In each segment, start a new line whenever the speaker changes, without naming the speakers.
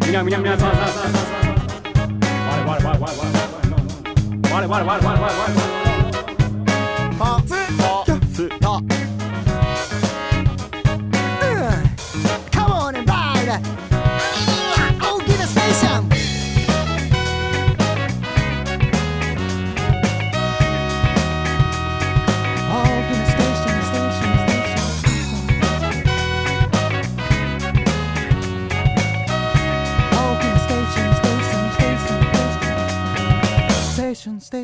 皆皆皆さんさんさんさんさん我我我我我我我我我我我我
ポツポツとうんカモンバイ大きなステーション大きなステーションステーションステーション Oh,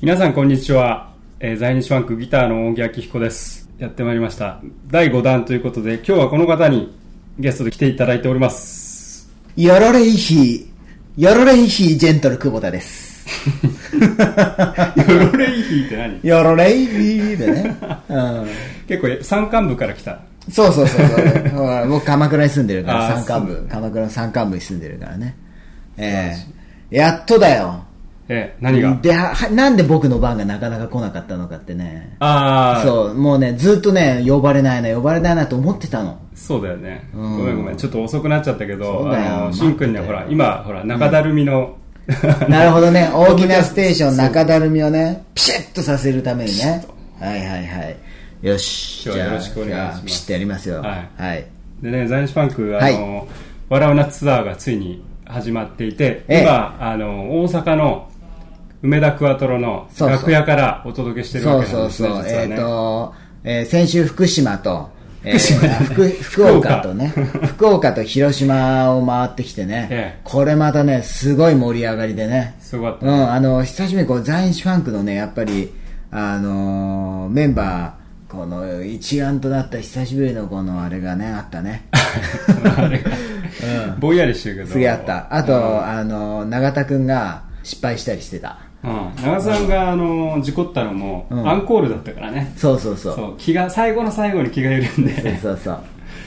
皆さんこんにちは、えー在日ファンクギターの大木明彦ですやってまいりました第5弾ということで今日はこの方にゲストで来ていただいております
よろれいひ、よろれいひジェントル久保田です。
ヨロレイヒーって何
よろれいひで ね。うん
結構山間部から来た
そうそうそうそう。ほ ら僕、鎌倉に住んでるから、
あー
山間
そう
部。鎌倉の山間部に住んでるからね。ええやっとだよ。
えー何が
でははなんで僕の番がなかなか来なかったのかってね。
ああ
そう、もうね、ずっとね、呼ばれないな、呼ばれないなと思ってたの。
そうだよね、
うん
ごめんごめんちょっと遅くなっちゃったけど
そうだよ
あの
待って
しんくんにはほら今ほら中だるみの、
なるほどね。大きなステーション中だるみをね、ピシッとさせるためにね。はいはいはい。よし。
今日は
じゃあ
よろしくお願いします
じゃあピシッとやりますよ。
はい
はい。
でね、在日パンク、あの、笑うなツアーがついに始まっていて、
ええ
今、あの、大阪の梅田クワトロの
そうそう
楽屋からお届けしてる
そ
わ
う
けな
そ
ん
う
です
そ
ね、
う。
実
え
は
っ、
ね。
と、えー先週福島と、えー 福福
福岡
岡 とね、福岡と広島を回ってきてね、
ええ
これまたね、すごい盛り上がりでね、
すごかった
う。ん、あの、久しぶりにこう、在日ファンクのね、やっぱり、あのーメンバー、この、一丸となった久しぶりのこの、あれがね、あった ね。
あれが ぼんやりしてるけど。
すげえあった。あと、あのー永田くんが失敗したりしてた。
うん。長澤さんが、あの、事故ったのも、
ん
アンコールだったからね。
そうそうそう。
そう、気が、最後の最後に気が緩ん
そう
で。
そうそう。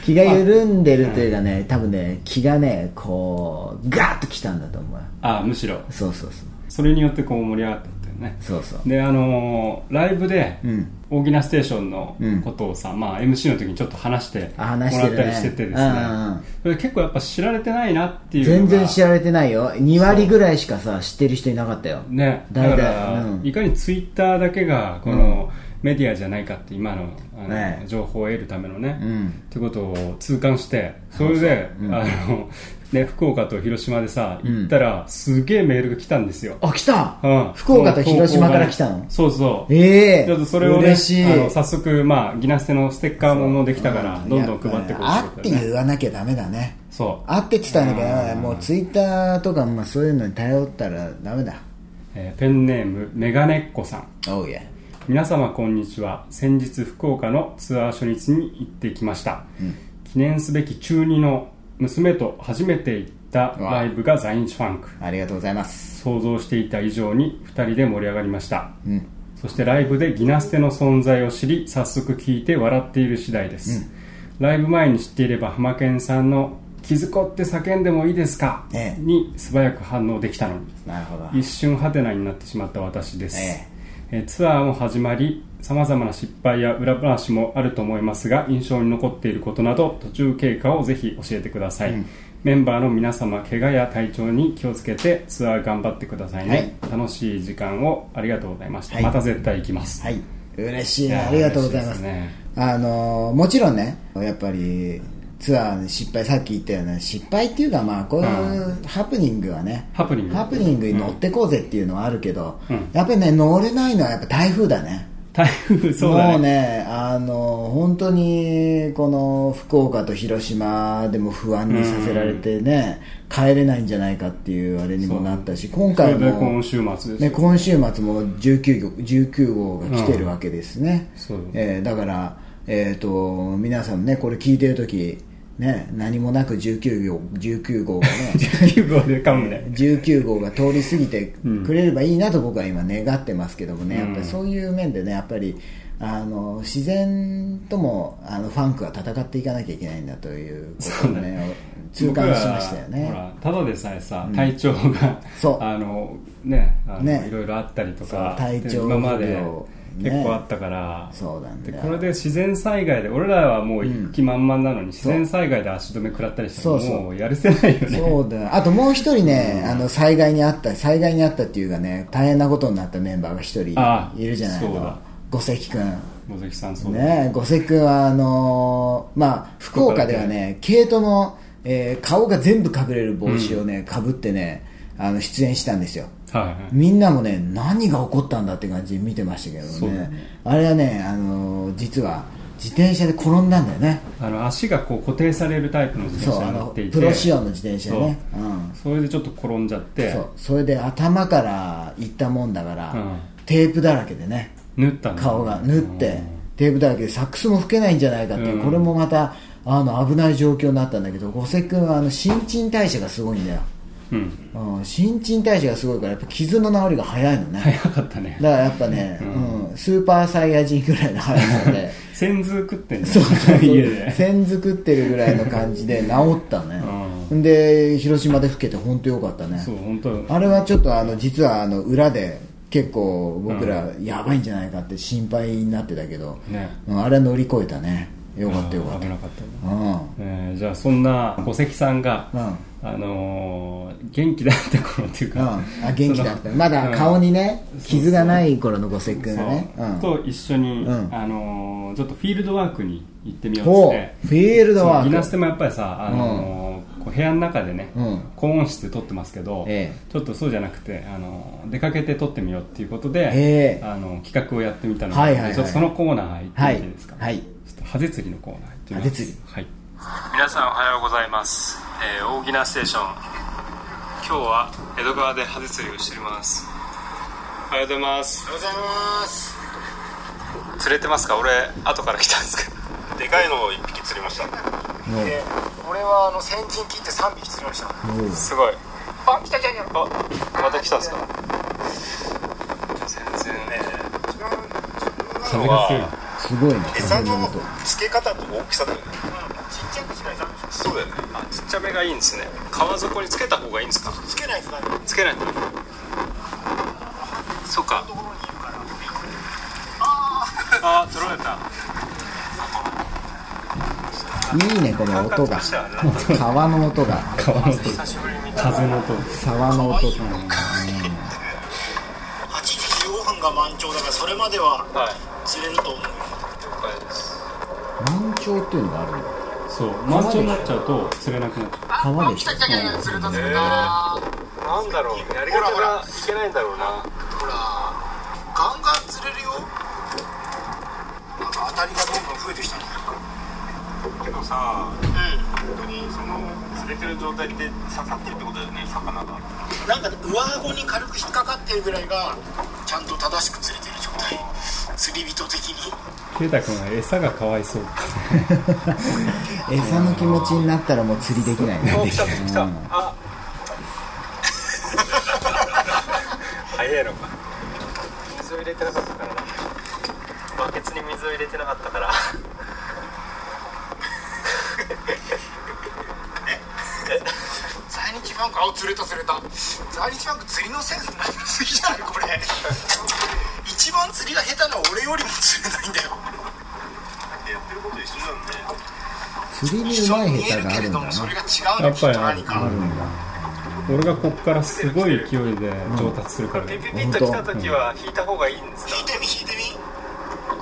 気が緩んでるというかね、多分ね、気がね、こう、ガーッと来たんだと思うよ。
あ、むしろ。
そうそうそう。
それによってこう盛り上がったっていうね。
そうそう。
であのーライブで
うん
「大きなステーション」のことをさ、まあ、MC の時にちょっと話しても
あ
らっ
話してるね
たりしててですね
うんうん
それ結構やっぱ知られてないなっていうの
全
が
然知られてないよ。2割ぐらいしかさ、知ってる人いなかったよ。
ねだ
大
か
体
ら、
うん
いかにツイッターだけがこの、メディアじゃないかって今のあの、
ね
情報を得るためのね、
うん
ってことを痛感してそれであの、ね、福岡と広島でさ行ったら、すげえメールが来たんですよ、
あ、来た、
うん、
福岡と広島から来た
投稿が
の
ねそうそう
ええ
ちょっとそれをね、
嬉しい。
あの早速、まあ、ギナステのステッカーももうできたから、どんどん配ってくれ
やぱねあって
る
言わなきゃダメだね。
そう、
あってって言ったんだけど、もうツイッターとか、まあ、そういうのに頼ったらダメだ。
えーペンネームメガネっ子さん
おうや。
皆様こんにちは先日福岡のツアー初日に行ってきました、記念すべき中2の娘と初めて行ったライブが在日ファンク
ありがとうございます。
想像していた以上に2人で盛り上がりました、
ん
そしてライブでギナステの存在を知り早速聞いて笑っている次第です、ライブ前に知っていれば浜県さんの「気づこって叫んでもいいですか
ええ
に素早く反応できたのに
なるほど。
一瞬ハテナになってしまった私です、
え
えーツアーも始まりさまざまな失敗や裏話もあると思いますが印象に残っていることなど途中経過をぜひ教えてください、メンバーの皆様怪我や体調に気をつけてツアー頑張ってくださいね、楽しい時間をありがとうございました、
はい
また絶対行きます、
はい。嬉しい。
やー
ありがとうございます。
嬉しですね
あのもちろんね、やっぱりツアーに失敗、さっき言ったような失敗っていうか、まあ、こういうハプニングはね、
ハプニング
ハプニングに乗ってこうぜっていうのはあるけど、
うん
やっぱりね、乗れないのはやっぱ台風だね。
台風そうだ
もう
ね
ね、あの本当にこの福岡と広島でも不安にさせられてね、帰れないんじゃないかっていうあれにもなったし、今
それ
回
で
も。
今週末です
ね、
よ、
今週末も19号 ,19 号が来てるわけですね、
うんそう
えーだから、えー、と皆さんねこれ聞いてる時、ね、何もなく19号 ,19 号が ね
19号で噛むね
19号が通り過ぎてくれればいいなと僕は今願ってますけどもね、やっぱりそういう面でねやっぱりあの自然ともあのファンクは戦っていかなきゃいけないんだということをね痛感しましたよね。
僕らほらただでさえさ、体調が
そう
あのねあの
ね
いろいろあったりと
そ
か
う体調
今ま
不
で
良ね
結構あったから、
そうなんだ
で
よ
これで自然災害で俺らはもう行く気満々なのに、自然災害で足止め食らったりしたら
そうそう
もうやるせないよね
そうだあともう一人ね、あの災害にあった災害にあったっていうかね大変なことになったメンバーが一
あ
人いるじゃない
そう
の
だ
五関君
野崎さんそうだ、
ね五関君はあのーまあ福岡ではね毛糸の、えー顔が全部隠れる帽子をねかぶってねあの出演したんですよ
はいはい
みんなもね何が起こったんだって感じで見てましたけど
そう
ね
だ
あれはね、あのー実は自転車で転んだんだよね
あの足がこう固定されるタイプの自
そう
転車
あ
にな
の
っていて
プロ仕様の自転車ね、
そう
ん、
それでちょっと転んじゃって
そうそれで頭からいったもんだから、
うん
テープだらけでね
縫ったの
顔が縫って、テープだらけでサックスも吹けないんじゃないかっていう、これもまたあの危ない状況になったんだけど五瀬君はあの新陳代謝がすごいんだよ、
うん
うん、新陳代謝がすごいからやっぱ傷の治りが早いのね、
早かったね
だからやっぱね、うんスーパーサイヤ人ぐらいの速さで
先ず食ってんの
そうそうそう
家で
線作ってるぐらいの感じで治ったね、で広島で老けて本当よかったね
そう本当
あれはちょっとあの実はあの裏で結構僕らやばいんじゃないかって心配になってたけど、
ね
うんあれは乗り越えたねよかったよかっ
危
た
なかったね
うん
えーじゃあそんな小関さんが、
うん
あのー元気だった頃っていう
うん、
か
あ、元気だっ
そ
た
の
まだ顔にね傷がない頃の五関
そ
君
う
がねうん
と一緒に、
うん
あのーちょっとフィールドワークに行ってみようっつっ
ほ
て
うフィールドワ
そうギナステ
ーク
もやっぱりさ、あのーこう部屋の中でね、
うん
高音質で撮ってますけど、
え
ちょっとそうじゃなくて、あのー出かけて撮ってみようっていうことで、
ええ
あのー企画をやってみたので、
はいはいはい
ちょっとそのコーナー行ってみていいですか、
はいはい
ちょっとハゼ釣りのコーナー行ってみます
ハゼ釣り
はい皆さんおはようございます、えー、大木ステーション今日は江戸川でハゼ釣りをしていますおはようございますおはようございます釣れてますか俺後から来たんですけど
でかいのを1匹釣りました
で俺はあの先陣切って3匹釣りました
すごい
あ来たじゃんじゃん
あまた来たんですか全然ね風が強い
すごいね
餌の付け方と大きさだよね
ちっちゃくしないと
そうだよね
あちっちゃめがいいんですね川底につけた方がいいんですか
つけないとダメ
つけないとそうかああ取られた
いいねこの音が川の音が
川の音風の音
沢の音と
8時15分が満潮だからそれまでは釣れると思う、
満潮っていうのがあるんだ
そう満潮になっちゃうと釣れなくなっちゃ
川でしょ
なんだろうやり方がいけないんだろうな
ほらガンガン釣れるよなんか当たりがどんどん増えてきたね
けどさ
う
本当にその釣れてる状態って刺さってるってことだよね魚が
んなんか上顎に軽く引っかかってるぐらいがちゃんと正しく釣れてる状態釣り人的に
う圭太君は餌がかわいそう
餌の気持ちになったらもう釣りできないね
来た来たあ早いのか水を入れてなかったからなバケツに水を入れてなかったから
在日ファンクあ釣れた釣れた在日ファンク釣りのセンスなりすぎじゃないこれ 一番釣りが下手な俺よりも釣れないんだよ
やってること一緒だよね
釣りに
一
う
緒
ま
に
い
見
下
え
手
る
があ
け
る
れ
ん
ど
だ
も
な
それが違う
や
の
っぱり
何か
俺がこっからすごい勢いで上達するから、
ピピピッと来た時は引いた方がいいんですか
引いてみ引いてみ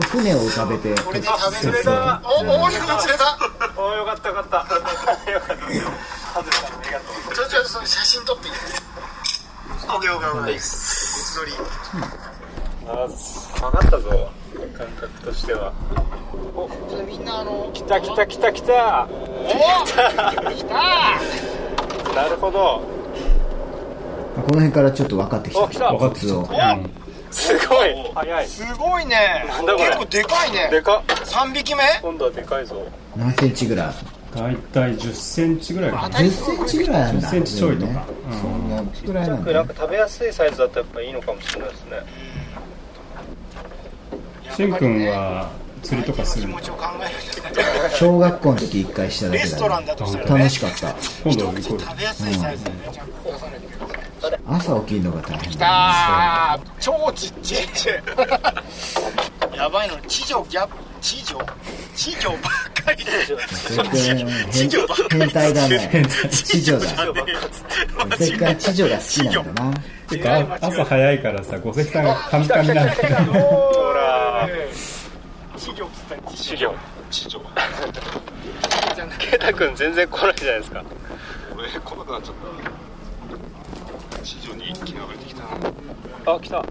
船を浮かべて
これで食べ
そ
る
れだ
おお俺も釣れた
おーよかったよかったよかったですよハズさんありがとう
ちょちょちょ写真撮っていいオッケーオッケーオッケー別撮り
あ下がったぞ感覚としては
おじゃあみんなあの
来た来た来た来た
おー来た
なるほど
この辺からちょっと分かってきた
お来た
分かってきた
おー
すごい早い
すごいね
んだこれ
結構でかいね
でかっ
3匹目
今度はでかいぞ
何センチぐらい
大体1 0ンチぐらいかな
10センチぐらいあるんだ
10センチちょいとか
うんそんなぐらいなんだ
なんか食べやすいサイズだったらやっぱいいのかもしれないですね
しんくんは釣りとかする
気
の
持ちを考えるんだ
小学校の時一回しただけだ
レストランだとしたらね
楽しかった
今
一
度は
口
行こうよ
食べやすいサイズでねちゃんと出さないといけない
朝起きるのが大変だ
あー超ちっちゃいやばいのに地上ギャップ地上地上ばっ かりで地上ばっかり
変態 だね。地
地上
上
だ
だ。
ね
せっかく地上が好きなんだな。
てか朝早いからさ、五関さんがカミカミなんだけど。
ほ
ら
地上っつったら地
授業地上圭太君全然来ないじゃないですか
俺来なくなっちゃった地上に一気に上がってきたな
あ来た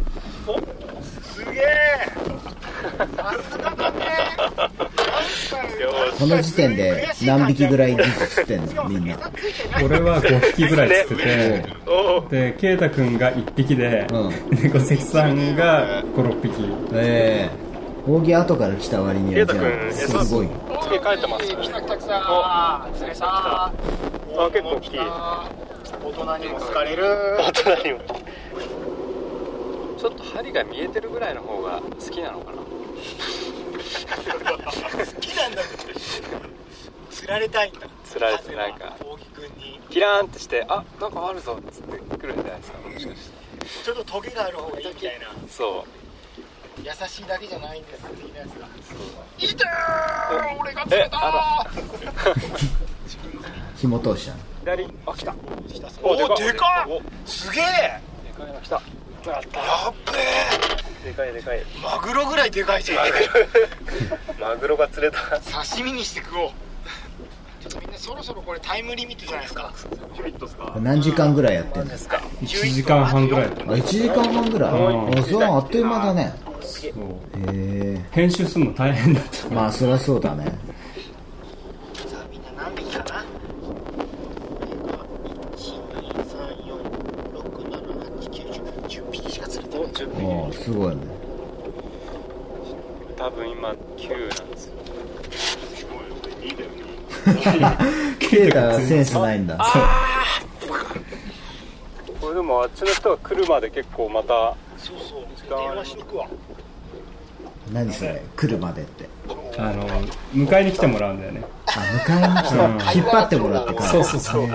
すげえさすがだね
この時点で何匹ぐらいずつ釣ってん
しか
の
も
みんな。
餌ついてない
俺は5匹ぐらい釣ってて、
おお
で、圭太君が1匹で、
う
で、五関さんが5、6匹。
ええ扇後から来た割にはじゃあ、
圭
す
太君
ごい。
付け替えてます
来た来た来た釣れた
あ結構大きい
大人にも好かれる
大人にもちょっと針が見えてるぐらいの方が好きなのかな
好きなんだけど釣られたいんだ
釣られてなんか
大木君に
キラーンってしてあなんかあるぞっつって来るんじゃないですかもしかして
ちょっとトゲがある方がいいみたいな
そう
優しいだけじゃないんです的なやつが
俺が釣れたー
紐通しちゃう。
左あ来た
おーでかっ
お
すげえ
でかいの来たやっ
やっべえ
たでかいでかい
マグロぐらいでかいじゃん
マグロが釣れた
刺身にして食おうちょっとみんなそろそろこれタイムリミットじゃないですか
何時間ぐらいやってんの
ですか
1時間半ぐらいだっ
あ1時間半ぐら
うん
いあそれはあっという間だね
たそう
へえ
編集するの大変だった。
まあそりゃそうだね
さあみんな何匹かな1,2,3,4,6,7,8,9,10匹しか釣れてない
もうすごいね
多分今9なんですよ
ケータはセンスないんだ
これでもあっちの人が来るまで結構また
そうそう電話しに行くわ
何それ来るまでって
あの、迎えに来てもらうんだよね。
あ迎えに来た
うん
引っ張ってもらってか
そうそうそう。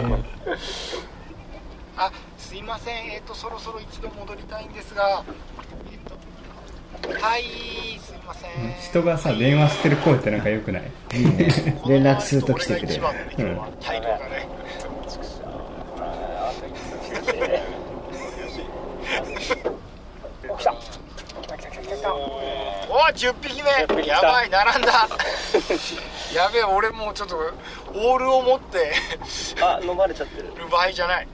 あすいませんえっ、とそろそろ一度戻りたいんですがえっ、とはいすいません
人がさ、電話してる声ってなんか良くない
いいね連絡すると来てくれ
俺
る
が一番だね今日は
う
態度がね来たお10匹目やばい並んだやべえ俺もうちょっとオールを持って
あ飲まれちゃってる
る場合じゃない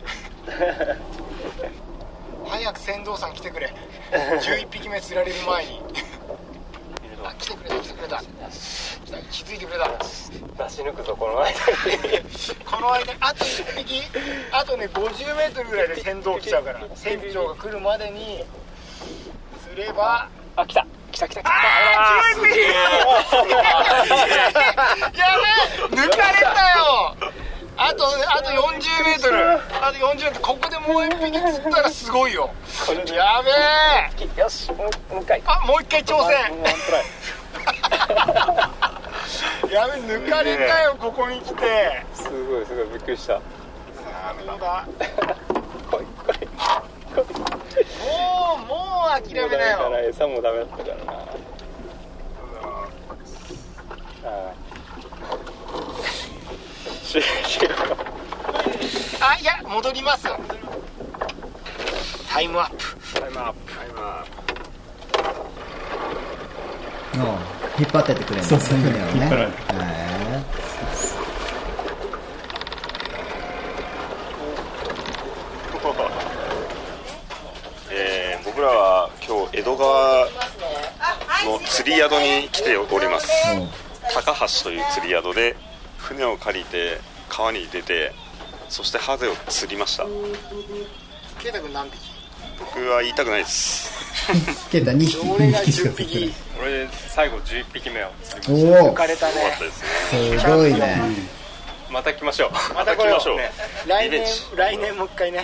早く船頭さん来てくれ11匹目釣られる前にあ来てくれた来てくれた来た気づいてくれた
出し抜くぞこの間に
この間あと1匹あとね 50m ぐらいで船頭来ちゃうから船長が来るまでにすれば
あ来た来た来た来た
あー11匹やべえ抜かれたよあとあと 40m あと 40m ここでもう1匹釣ったらすごいよやべえ
よしもうもう一回
あもう一回挑
もう
戦
ワントライ
やべえ抜かれたよここに来て
すごいすごいびっくりした
なん だ
来い来い
もうもう諦
もう
め
ダメ
な
か
よ
ら餌もダメだったからなあー終了
あいや戻りますタイムアップ
タイムアップタイムアッ
うん引っ張ってってくれるん
そ
だ
うそう
いいんだよね
引っ張られて
へ
えー僕らは今日江戸川の釣り宿に来ております
えうん
高橋という釣り宿で船を借りて川に出てそしてハゼを釣りました
圭太君何匹
僕は言いたくないです
ケータ2匹
俺が
2匹しか
10
釣ってない
匹
プ俺最後11匹目を釣り
おお
抜かれた
よ かっ
ね
たですね
すごいね
また 来ましょう
また来ましょう
ね
来
リ
年
ベンジ
来年もう一回ね、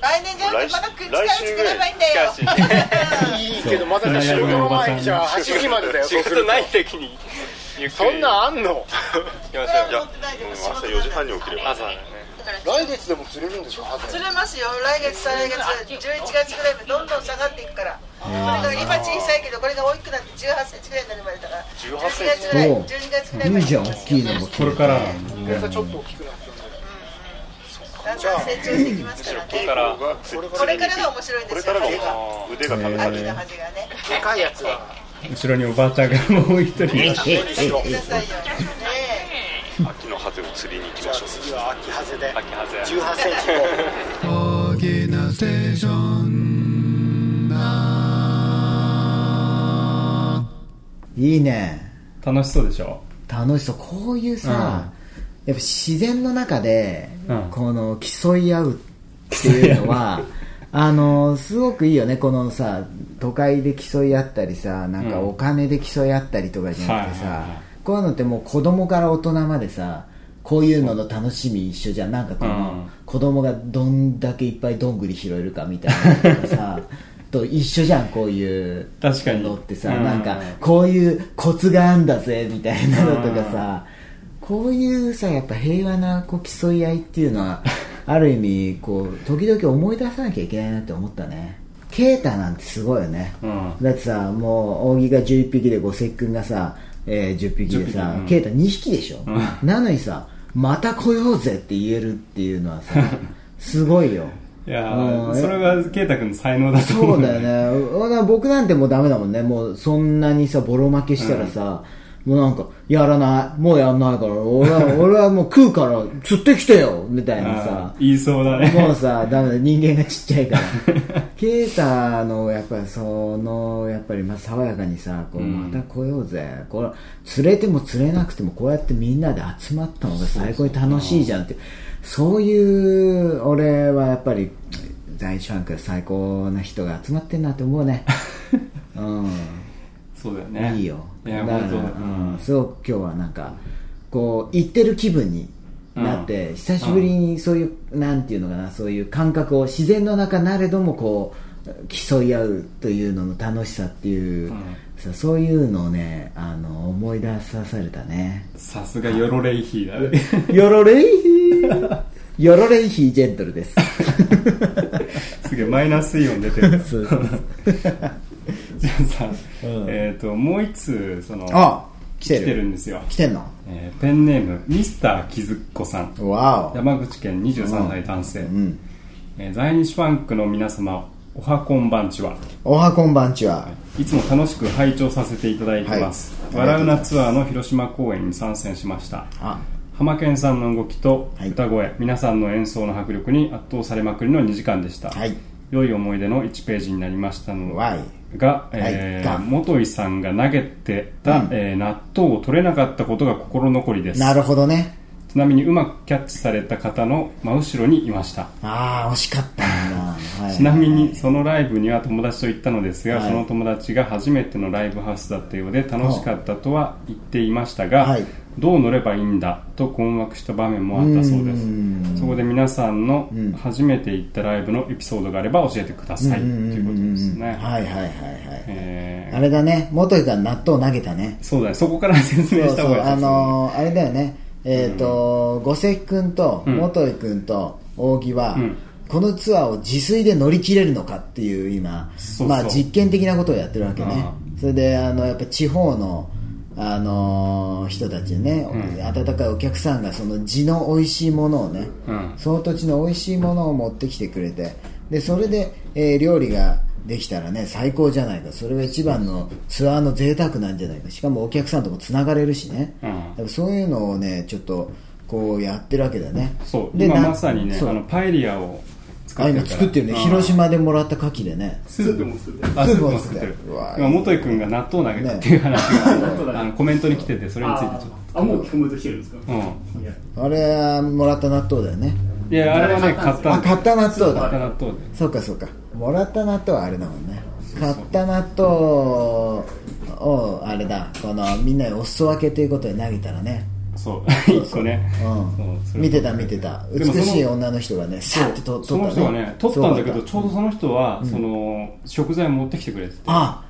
来年じゃなくてまた口から作ればいいんだよ
しかし
いいけどまだね仕事の前にじゃあ8時までだよ
仕
そうする
事
と
ない時に ゆっくり
そんなんあんの
行きまし
大
ょうよ
丈夫大丈
うん
夫仕
朝
事
4時半に起きれば
朝だね
来月でも釣れるんでしょハゼ
釣れますよ来月再来月11月ぐらいまでどんどん下がっていくから
へ
だから今小さいけどこれが大きくなって18センチぐらいになるまでだから
18
12
セン
月ぐらい
おう
12月ぐらいま
い
で
いじゃん大きいのも
これから
でちょっと大きくなってるんだよ
だんだん成長していきますから
これ
ね
から
これからが面白いん
こ
で
れ
す
か
よ
らが腕が試され
秋
る
の恥がね
でかいやつは
後ろにおばあちゃんがもう一人いらっしゃる
見てくださいよね
秋のハゼを釣りに行きましょう
次は秋ハゼで
秋ハゼ
18センチと
いいね
楽しそうでしょ
楽しそうこういうさ、やっぱ自然の中で、
うん
この競い合うっていう のはあのすごくいいよねこのさ都会で競い合ったりさなんか
うん
お金で競い合ったりとかじゃなくてさ、
はいはいはい
こういうのってもう子供から大人までさこういうのの楽しみ一緒じゃんなんかこ
う
の
ん
子供がどんだけいっぱいどんぐり拾えるかみたいなのとか さと一緒じゃんこういう
確かに
のってさ
うん
なんかこういうコツがあんだぜみたいなのとかさこういうさやっぱ平和なこう競い合いっていうのはある意味こう時々思い出さなきゃいけないなって思ったね啓太なんてすごいよね、
うん
だってさもう扇が11匹で五関君がさ、えー10匹で
10
さ
匹うん
啓太2匹でしょ、
う
なのにさまた来ようぜって言えるっていうの はさすごいよ
いや
うん
ーそれは圭太君の才能だと思
そううだよねうわ。僕なんてもうダメだもんね。もうそんなにさ、ボロ負けしたらさ、もうなんか、やらない。もうやんないから、俺は、俺はもう食うから、釣ってきてよみたいな
あ
さ
ー。言いそうだね
もうさ、ダメだ、人間がちっちゃ いから。ケイタの、やっぱりその、やっぱりまあ爽やかにさ、こう、
うん
また来ようぜ。これ、釣れても釣れなくても、こうやってみんなで集まったのが最高に楽しいじゃんって。そういう、俺はやっぱり、大シャンク最高な人が集まってんなって思 うね。うん。
そうだよね
いいよ。
いや
だ
本
から、
当
うん、すごく今日はなんか、こう、行ってる気分になって、久しぶりにそういう、なんていうのかな、そういう感覚を自然の中なれども、こう、競い合うというのの楽しさっていう、
うん
さそういうのをね、あの、思い出さされ たね。
さすがヨロレイヒーだね
よろれいひーよろれいひージェント ルです。
すげえマイナスイオン出てる
そうそう
じゃあさ、
ん
えっ、ともう一通その
あ来てる
来てるんですよ、
来てんの
えーペンネームミスターキズっこさん
わお。
山口県23歳男性、
うん。
えー在日ファンクの皆様おはこんばんちは
おはこんばんちは。
いつも楽しく拝聴させていただいてます、
はい
笑うなツアーの広島公演に参戦しました
あ、
浜健さんの動きと
はい
歌声、皆さんの演奏の迫力に圧倒されまくりの2時間でした、
はい
良い思い出の1ページになりましたの
わい。
が、えー
はい
元井さんが投げてた、
うん
えー納豆を取れなかったことが心残りです
なるほどね。
ちなみにうまくキャッチされた方の真後ろにいました
ああ、惜しかったんだ。はいはい
ちなみにそのライブには友達と行ったのですが、
は
そ
い
の友達が初めてのライブハウスだったようで楽しかったとは言っていましたが、
はい
どう乗ればいいんだと困惑した場面もあったそうで
うーん
すそこで皆さんの
うん
初めて行ったライブのエピソードがあれば教えてくださいということですね、
はいはいはいはい。
えー
あれだね、元井が納豆投げたね。
そうだねそこから説明
そう
した
そ
方がいい
う、
ですね
あのーあれだよね。えっ、と、五関君と元井君と扇は、
うん
このツアーを自炊で乗り切れるのかっていう今、
そうそう
まあ実験的なことをやってるわけね
あ。
それで、あの、やっぱ地方の、あのー人たちね、
ん
温かいお客さんがその地の美味しいものをね、
うん
その土地の美味しいものを持ってきてくれてでそれで、えー料理ができたらね最高じゃないかそれが一番のツアーの贅沢なんじゃないかしかもお客さんともつながれるしね、
うん
だからそういうのをねちょっとこうやってるわけだよね
そう
で
今
な
まさにね
そう
あのパエリアを作
あ
ってる
今
から
作ってるね
うん
広島でもらった牡蠣でね
スープも作ってるあスープも作ってる
うわ
今元井君が納豆投げたっていう話が、あのコメントに来ててそれについてちょっ
あもうコメント来てるんですか
と、
あれはもらった納豆だよね
うん、いやあれはね買った
あ
んだよ
買った納豆
買
だ
った納豆で
そうかそうかもらった納豆はあれだもんね買った納豆をあれだこのみんなにお裾分けということで投げたらね
そう一個ね、
うん
そうそれ
見てた見てた
で
美
もその
しい女の人がねさってと
そ
取
の
った
人がね取ったんだけど
そう
ちょうどその人は、その食材を持ってきてくれてて
あ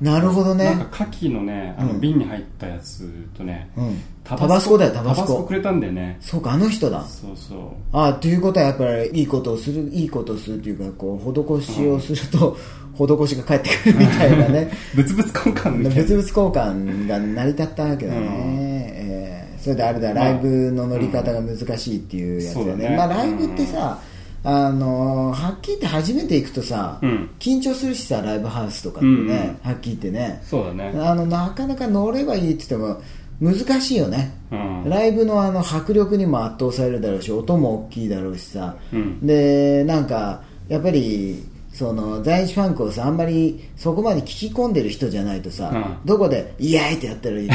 なるほ
な
ど
ん
ね
か牡蠣のねあの
うん
瓶に入ったやつとね、
うんタバスコだよタバス
タ
コ
バスコくれたんだよね
そうかあの人だ
そうそう
あということはやっぱりいいことをするいいことをするというかこう施しをすると、施しが返ってくるみたい なね
ブツブツ交換みたいな
物々交換が成り立ったわけだね、
うん
えーそれであれだライブの乗り方が難しいっていうやつだよ
うんそう
ね,、
だね
まあ、ライブってさ、あのはっきり言って初めて行くとさ、
うん
緊張するしさライブハウスとかって
うんうん
ね、はっきり言ってね
そうだね
あのなかなか乗ればいいって言っても難しいよね、
うん
ライブのあの迫力にも圧倒されるだろうし音も大きいだろうしさ、
うん
でなんかやっぱりその在日ファンクをさあんまりそこまで聞き込んでる人じゃないとさ、
うん
どこで「イエーイ!」ってやったらいいか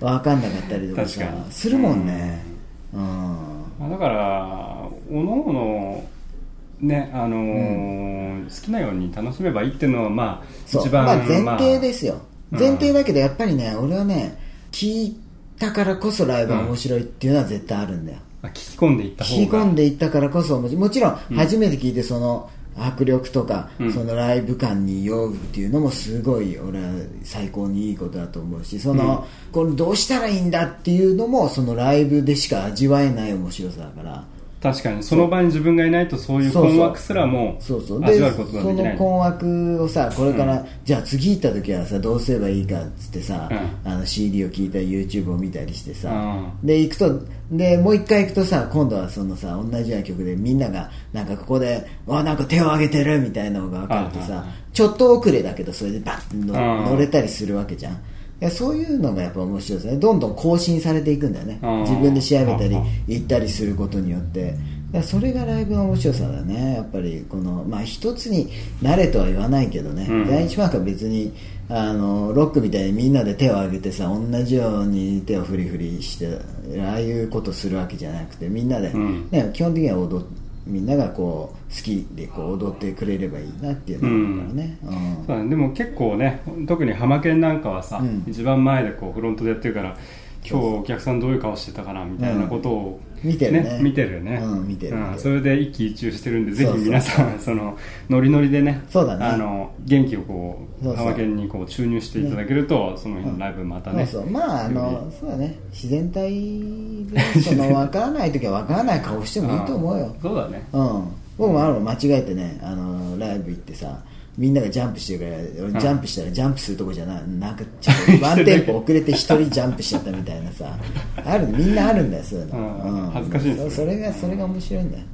分かんなかったりとかさ
確かに
するもんね、うん
まあ、だからおのおのねあのー好きなように楽しめばいいっていうのはまあ
そう
一番、
まあ、前提ですよ、
うん
前提だけどやっぱりね俺はね聞いたからこそライブは面白いっていうのは絶対あるんだよ、
まあ、聞き込んでいった方が
聞き込んでいったからこそもちもちろん初めて聞いてその迫力とか、
うん
そのライブ感に酔うっていうのもすごい俺は最高にいいことだと思うしその、これどうしたらいいんだっていうのもそのライブでしか味わえない面白さだから
確かにその場に自分がいないとそういう
そうそう
困惑すらも
そうそうで
味わうことが
そ
できな
の
い
困惑をさこれから、じゃあ次行った時はさどうすればいいかっつってさ、
うん
あの CD を聴いたり YouTube を見たりしてさ、
う
で行くとでもう一回行くとさ今度はそのさ同じような曲でみんながなんかここでわなんか手を挙げてるみたいなのが分かる
はい
と
は
さ
いはい
ちょっと遅れだけどそれでバッと
うん
乗れたりするわけじゃん。いやそういうのがやっぱ面白いですねどんどん更新されていくんだよね
うん
自分で調べたり
うん
行ったりすることによってだからそれがライブの面白さだねやっぱりこの、まあ、一つに慣れとは言わないけどね、
うん
在日ファンクは別にあのロックみたいにみんなで手を挙げてさ同じように手をフリフリしてああいうことするわけじゃなくてみんなで、
うん
ね、基本的には踊っみんながこう好きでこう踊ってくれればいいなっていうのがあるからね、うん
そうだねでも結構ね特にハマケンなんかはさ、
うん
一番前でこうフロントでやってるから今日お客さんどういう顔してたかなみたいなことを、
うん見てるね
見てるよね、
うん見てる見てる
それで一喜一憂してるんでぜひ
そうそう
皆さん そのノリノリでね
そうだね
あの元気をこう
そうそう
ハマケンにこう注入していただけると、その日のライブまたね、
そうそうまああ
よ
の
り
そうだね自然体 でその分からない時は分からない顔してもいいと思うよ
んそうだね
うん僕もあるの間違えてねあのライブ行ってさみんながジャンプしてるから俺ジャンプしたらジャンプするとこじゃないなんかちょっ とワンテンポ遅れて一人ジャンプしちゃったみたいなさあるみんなあるんだよそういうの、
うん
うん
恥ずかしいですね
そそれがそれが面白いんだよ、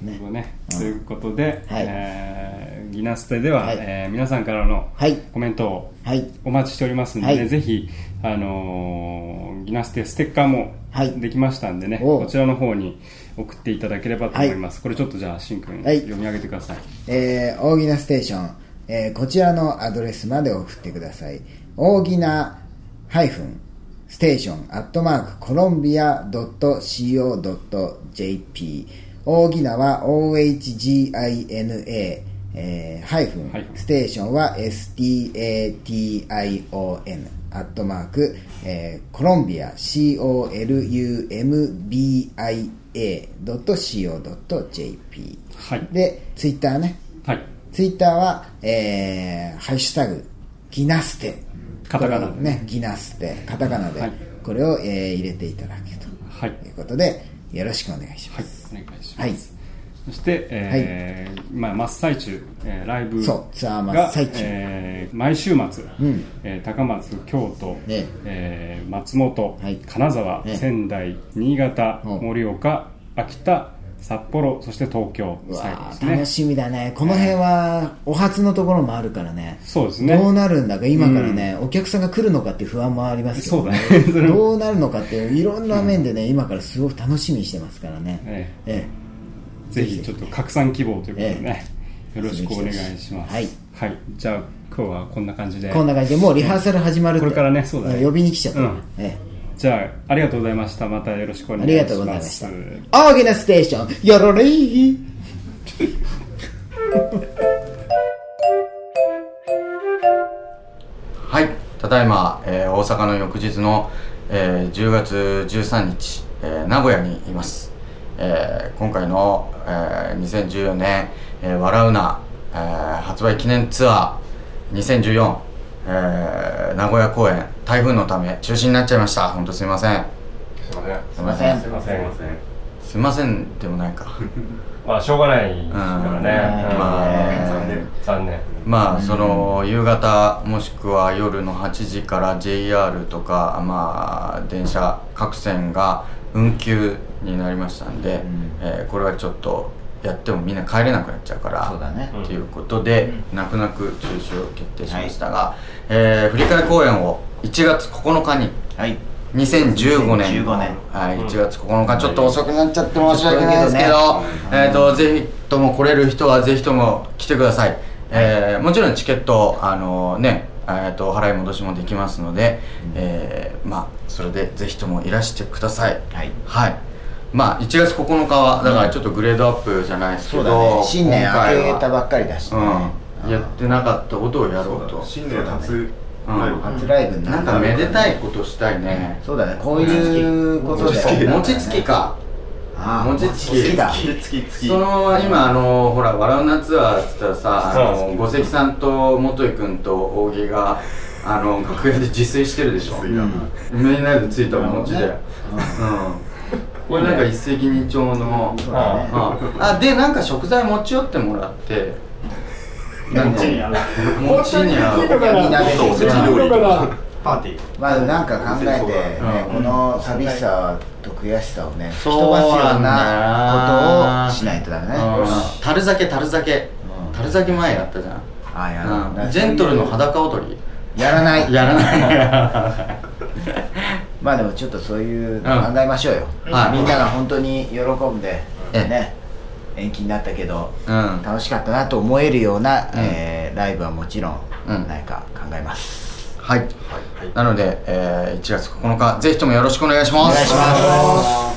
うん、ね
ね
うん
ということで、
はい
えーギナステでは、
はい
えー皆さんからの
はい
コメントを
はい
お待ちしておりますので、
はい
ぜひ、あのーギナステステッカーも
はい
できましたんでね、
おう
こちらの方に送っていただければと思います、これちょっとじゃあしんくん、
はい
読み上げてください
えー、大喜なステーション、えーこちらのアドレスまで送ってください大喜なハイフンステーションアットマークコロンビア .co.jp 大喜なは OHGINA えーハイフン
ハイフン
ステーションは STATION アットマーク、えーコロンビア COLUMBIA.co.jp
はい
でツイッターね
はい
ツイッターは、えーハッシュタグ、ギナステ。
カタカナで
これをね、ギナステ、カタカナで、
はい
これを、えー入れていただけと
はい
いうことで、よろしくお願いしま
はい
す。
お願いします、
はい
そして、えーまあ、真っ最中、えーライブ
そうツアー真っ最中
がえー毎週末、
うん
えー高松京都、
ね
えー松本、
はい
金沢、
ね
仙台新潟
うん
盛岡秋田札幌そして東京
う
最後
わ
で
ー楽
すね
しみだね。この辺は、お初のところもあるからね。
そうですね
どうなるんだか、今からね、お客さんが来るのかっていう不安もありますけど、
そうだね それも
どうなるのかっていう、いろんな面でね、今からすごく楽しみにしてますからね。
え
え
ぜひちょっと拡散希望ということでね、
え
よろしくお願いします
はい、
はい、じゃあ今日はこんな感じで
えこんな感じで、もうリハーサル始まるって。
これからねそうだね
呼びに来ちゃった。
うん
ええ
じゃあありがとうございましたまたよろしくお
あ
願い
り
し
が
ます
とうございました。大きなステーション、よろりー
はい、ただいま、えー大阪の翌日の、えー10月13日、えー名古屋にいます、えー今回の、えー2014年、えー笑うな、えー発売記念ツアー2014、えー名古屋公演台風のため中止になっちゃいました本当すいません
すいません
すいません
すいません
すいませんでもないか
まあしょうがないからね、
うんまあね
残念残念
まあその夕方もしくは夜の8時から JR とかまあ電車各線が運休になりましたんで、えーこれはちょっとやってもみんな帰れなくなっちゃうから
そうだね
ということで、泣く泣く中止を決定しましたが、えー振り替え公演を1月9日に
はい
2015
2015
年
年
はい、1月9日ちょっと遅くなっちゃって申し訳ないですけ
ちょ
ど
っとだけどね
えー、とぜひとも来れる人はぜひとも来てください、えーもちろんチケットあのねえー、と払い戻しもできますので、えーまあそれでぜひともいらしてください
はい
はいまあ1月9日はだからちょっとグレードアップじゃないですけ
そ
ど、
うだね新年
今回は
明けたばっかりだしね
うん、やってなかったことをやろうと
新年初
うん
ライブ
初ライブにな
な
る
んかめでたいことしたいね、
そうだねこういうことで
餅つきか
ああ
餅つき
餅だ
月月月
そのまま今あのほら「笑うなツアー」っつったらさあの五関さんと元井君と扇が あの楽屋で自炊してるでしょ
次だな
みんなでついた餅で
な
う
る
んこれなんか一石二鳥のああでなんか食材持ち寄ってもらって なんか餅に合う
みんなで
そうおせち料理とかパーティー
まあなんか考えてね、
う
こ
ん
の寂しさと悔しさをね吹き
そう
飛ばすよう
なんだ
なことをしないとダメね、
うん
よし
樽酒樽酒
うん
樽酒前やったじゃん
ああや
うん
らない
ジェントルの裸踊り
やらない
やらない
まあでもちょっとそういうの考えましょうよ、
うんはい
みんなが本当に喜んで、
ええ
ね延期になったけど
うん
楽しかったなと思えるような、
ん
えーライブはもちろん
うん
何か考えます、
はいなのでえー1月9日ぜひともよろしくお願いします
お願いします